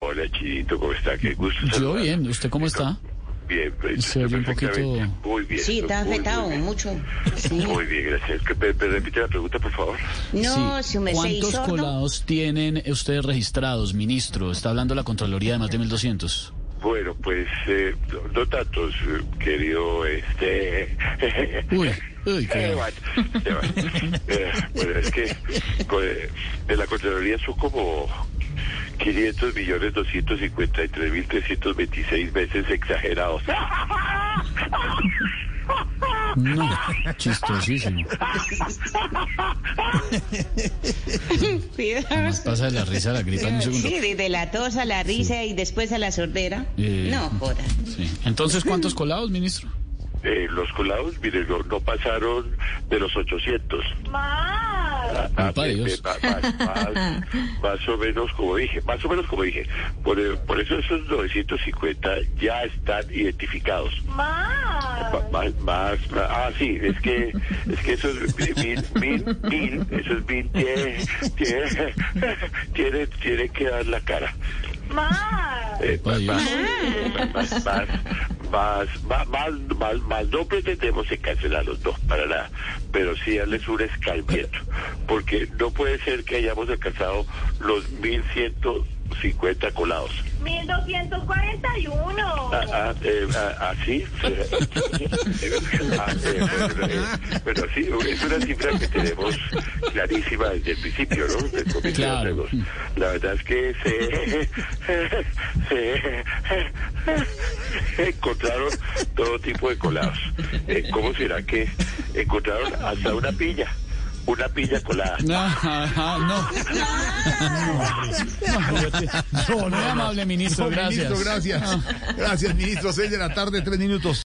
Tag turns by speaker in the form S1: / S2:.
S1: Hola, Chinito, ¿cómo está? Qué gusto.
S2: Yo
S1: saludarlo.
S2: bien, ¿usted cómo está?
S1: Bien, pues,
S2: Se oye un
S1: perfectamente.
S2: poquito-
S1: Muy bien.
S3: Sí, está
S1: muy, muy
S3: afectado
S1: bien.
S3: mucho. Sí.
S1: Muy bien, gracias. Que, pe- pe- repite la pregunta, por favor.
S3: No,
S2: Sí.
S3: si me sé y
S2: ¿Cuántos
S3: sordo.
S2: colados tienen ustedes registrados, ministro? Está hablando la Contraloría de más de 1.200.
S1: Bueno, pues, eh, no, no tantos, eh, querido, este... Eh,
S2: Uy, uy, qué...
S1: Esteban, Esteban. Eh, bueno, es que co- eh, de la Contraloría son como 500 millones 253 mil 326 veces exagerados.
S2: No, chistosísimo. Más pasa de la risa a la gripa en un segundo.
S3: Sí, desde la tos a la risa y después a la sordera.
S2: Eh,
S3: No, joda.
S2: Sí. Entonces, ¿cuántos colados, ministro?
S1: Eh, los colados, mire, no, no pasaron de los 800. Ah, ah,
S2: Papá
S1: eh,
S2: Dios.
S1: eh, pa- pa- Más, más o menos como dije, más o menos como dije. Por, eh, por eso esos 950 ya están identificados. Pa- Más, más, más. ah, sí, es que, es que eso es mil, mil, mil, eso es mil, tiene, tiene, tiene, tiene que dar la cara. Eh,
S2: Papá Dios.
S1: más, más, más, más, más, más, más, no pretendemos cancelar los dos para nada, pero sí darles un escalamiento, porque no puede ser que hayamos alcanzado los 1150 colados. Ah,
S4: 1241.
S1: ah, eh, ah, así, Ah, eh, bueno, eh, bueno, sí, es una cifra que tenemos clarísima desde el principio, ¿no? Desde el comienzo de los
S2: Claro.
S1: negocios. La verdad es que se, se- se encontraron todo tipo de colados. Eh, ¿Cómo será que encontraron hasta una pilla? Una pilla colada.
S2: No, ajá, no. No, no, no, muy amable, ministro,
S5: Ministro,
S2: gracias.
S5: gracias. Gracias, ministro. Seis de la tarde, tres minutos.